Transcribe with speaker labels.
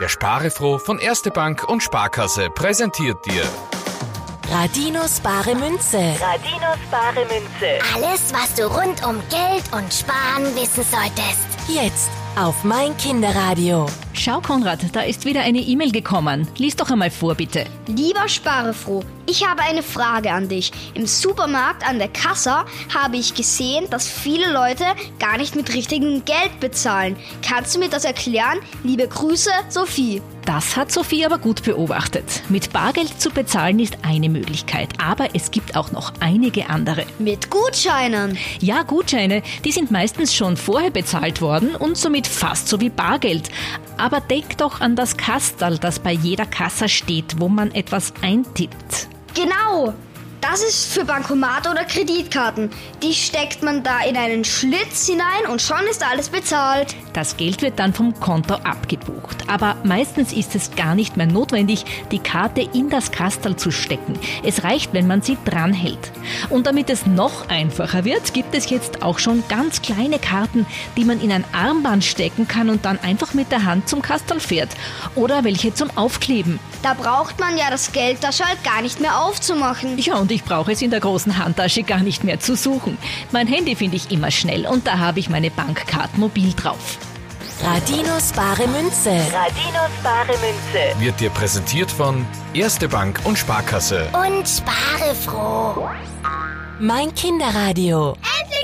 Speaker 1: Der Sparefroh von Erste Bank und Sparkasse präsentiert dir
Speaker 2: Radinos bare Münze.
Speaker 3: Radinos bare Münze.
Speaker 4: Alles, was du rund um Geld und Sparen wissen solltest.
Speaker 2: Jetzt auf mein Kinderradio.
Speaker 5: Schau, Konrad, da ist wieder eine E-Mail gekommen. Lies doch einmal vor, bitte.
Speaker 6: Lieber Sparefroh, ich habe eine Frage an dich. Im Supermarkt an der Kasse habe ich gesehen, dass viele Leute gar nicht mit richtigem Geld bezahlen. Kannst du mir das erklären? Liebe Grüße, Sophie.
Speaker 5: Das hat Sophie aber gut beobachtet. Mit Bargeld zu bezahlen ist eine Möglichkeit, aber es gibt auch noch einige andere.
Speaker 6: Mit Gutscheinen.
Speaker 5: Ja, Gutscheine, die sind meistens schon vorher bezahlt worden und somit fast so wie Bargeld. Aber denk doch an das Kastal, das bei jeder Kasse steht, wo man etwas eintippt.
Speaker 6: Genau. Das ist für Bankomat oder Kreditkarten. Die steckt man da in einen Schlitz hinein und schon ist alles bezahlt.
Speaker 5: Das Geld wird dann vom Konto abgebucht. Aber meistens ist es gar nicht mehr notwendig, die Karte in das Kastel zu stecken. Es reicht, wenn man sie dranhält. Und damit es noch einfacher wird, gibt es jetzt auch schon ganz kleine Karten, die man in ein Armband stecken kann und dann einfach mit der Hand zum Kastel fährt. Oder welche zum Aufkleben.
Speaker 6: Da braucht man ja das Geld da halt gar nicht mehr aufzumachen.
Speaker 5: Ja, und ich brauche es in der großen Handtasche gar nicht mehr zu suchen. Mein Handy finde ich immer schnell und da habe ich meine Bankcard mobil drauf.
Speaker 2: Radinos bare Münze.
Speaker 3: Radinos bare Münze.
Speaker 1: wird dir präsentiert von Erste Bank und Sparkasse.
Speaker 4: Und Sparefroh.
Speaker 2: Mein Kinderradio.
Speaker 4: Endlich!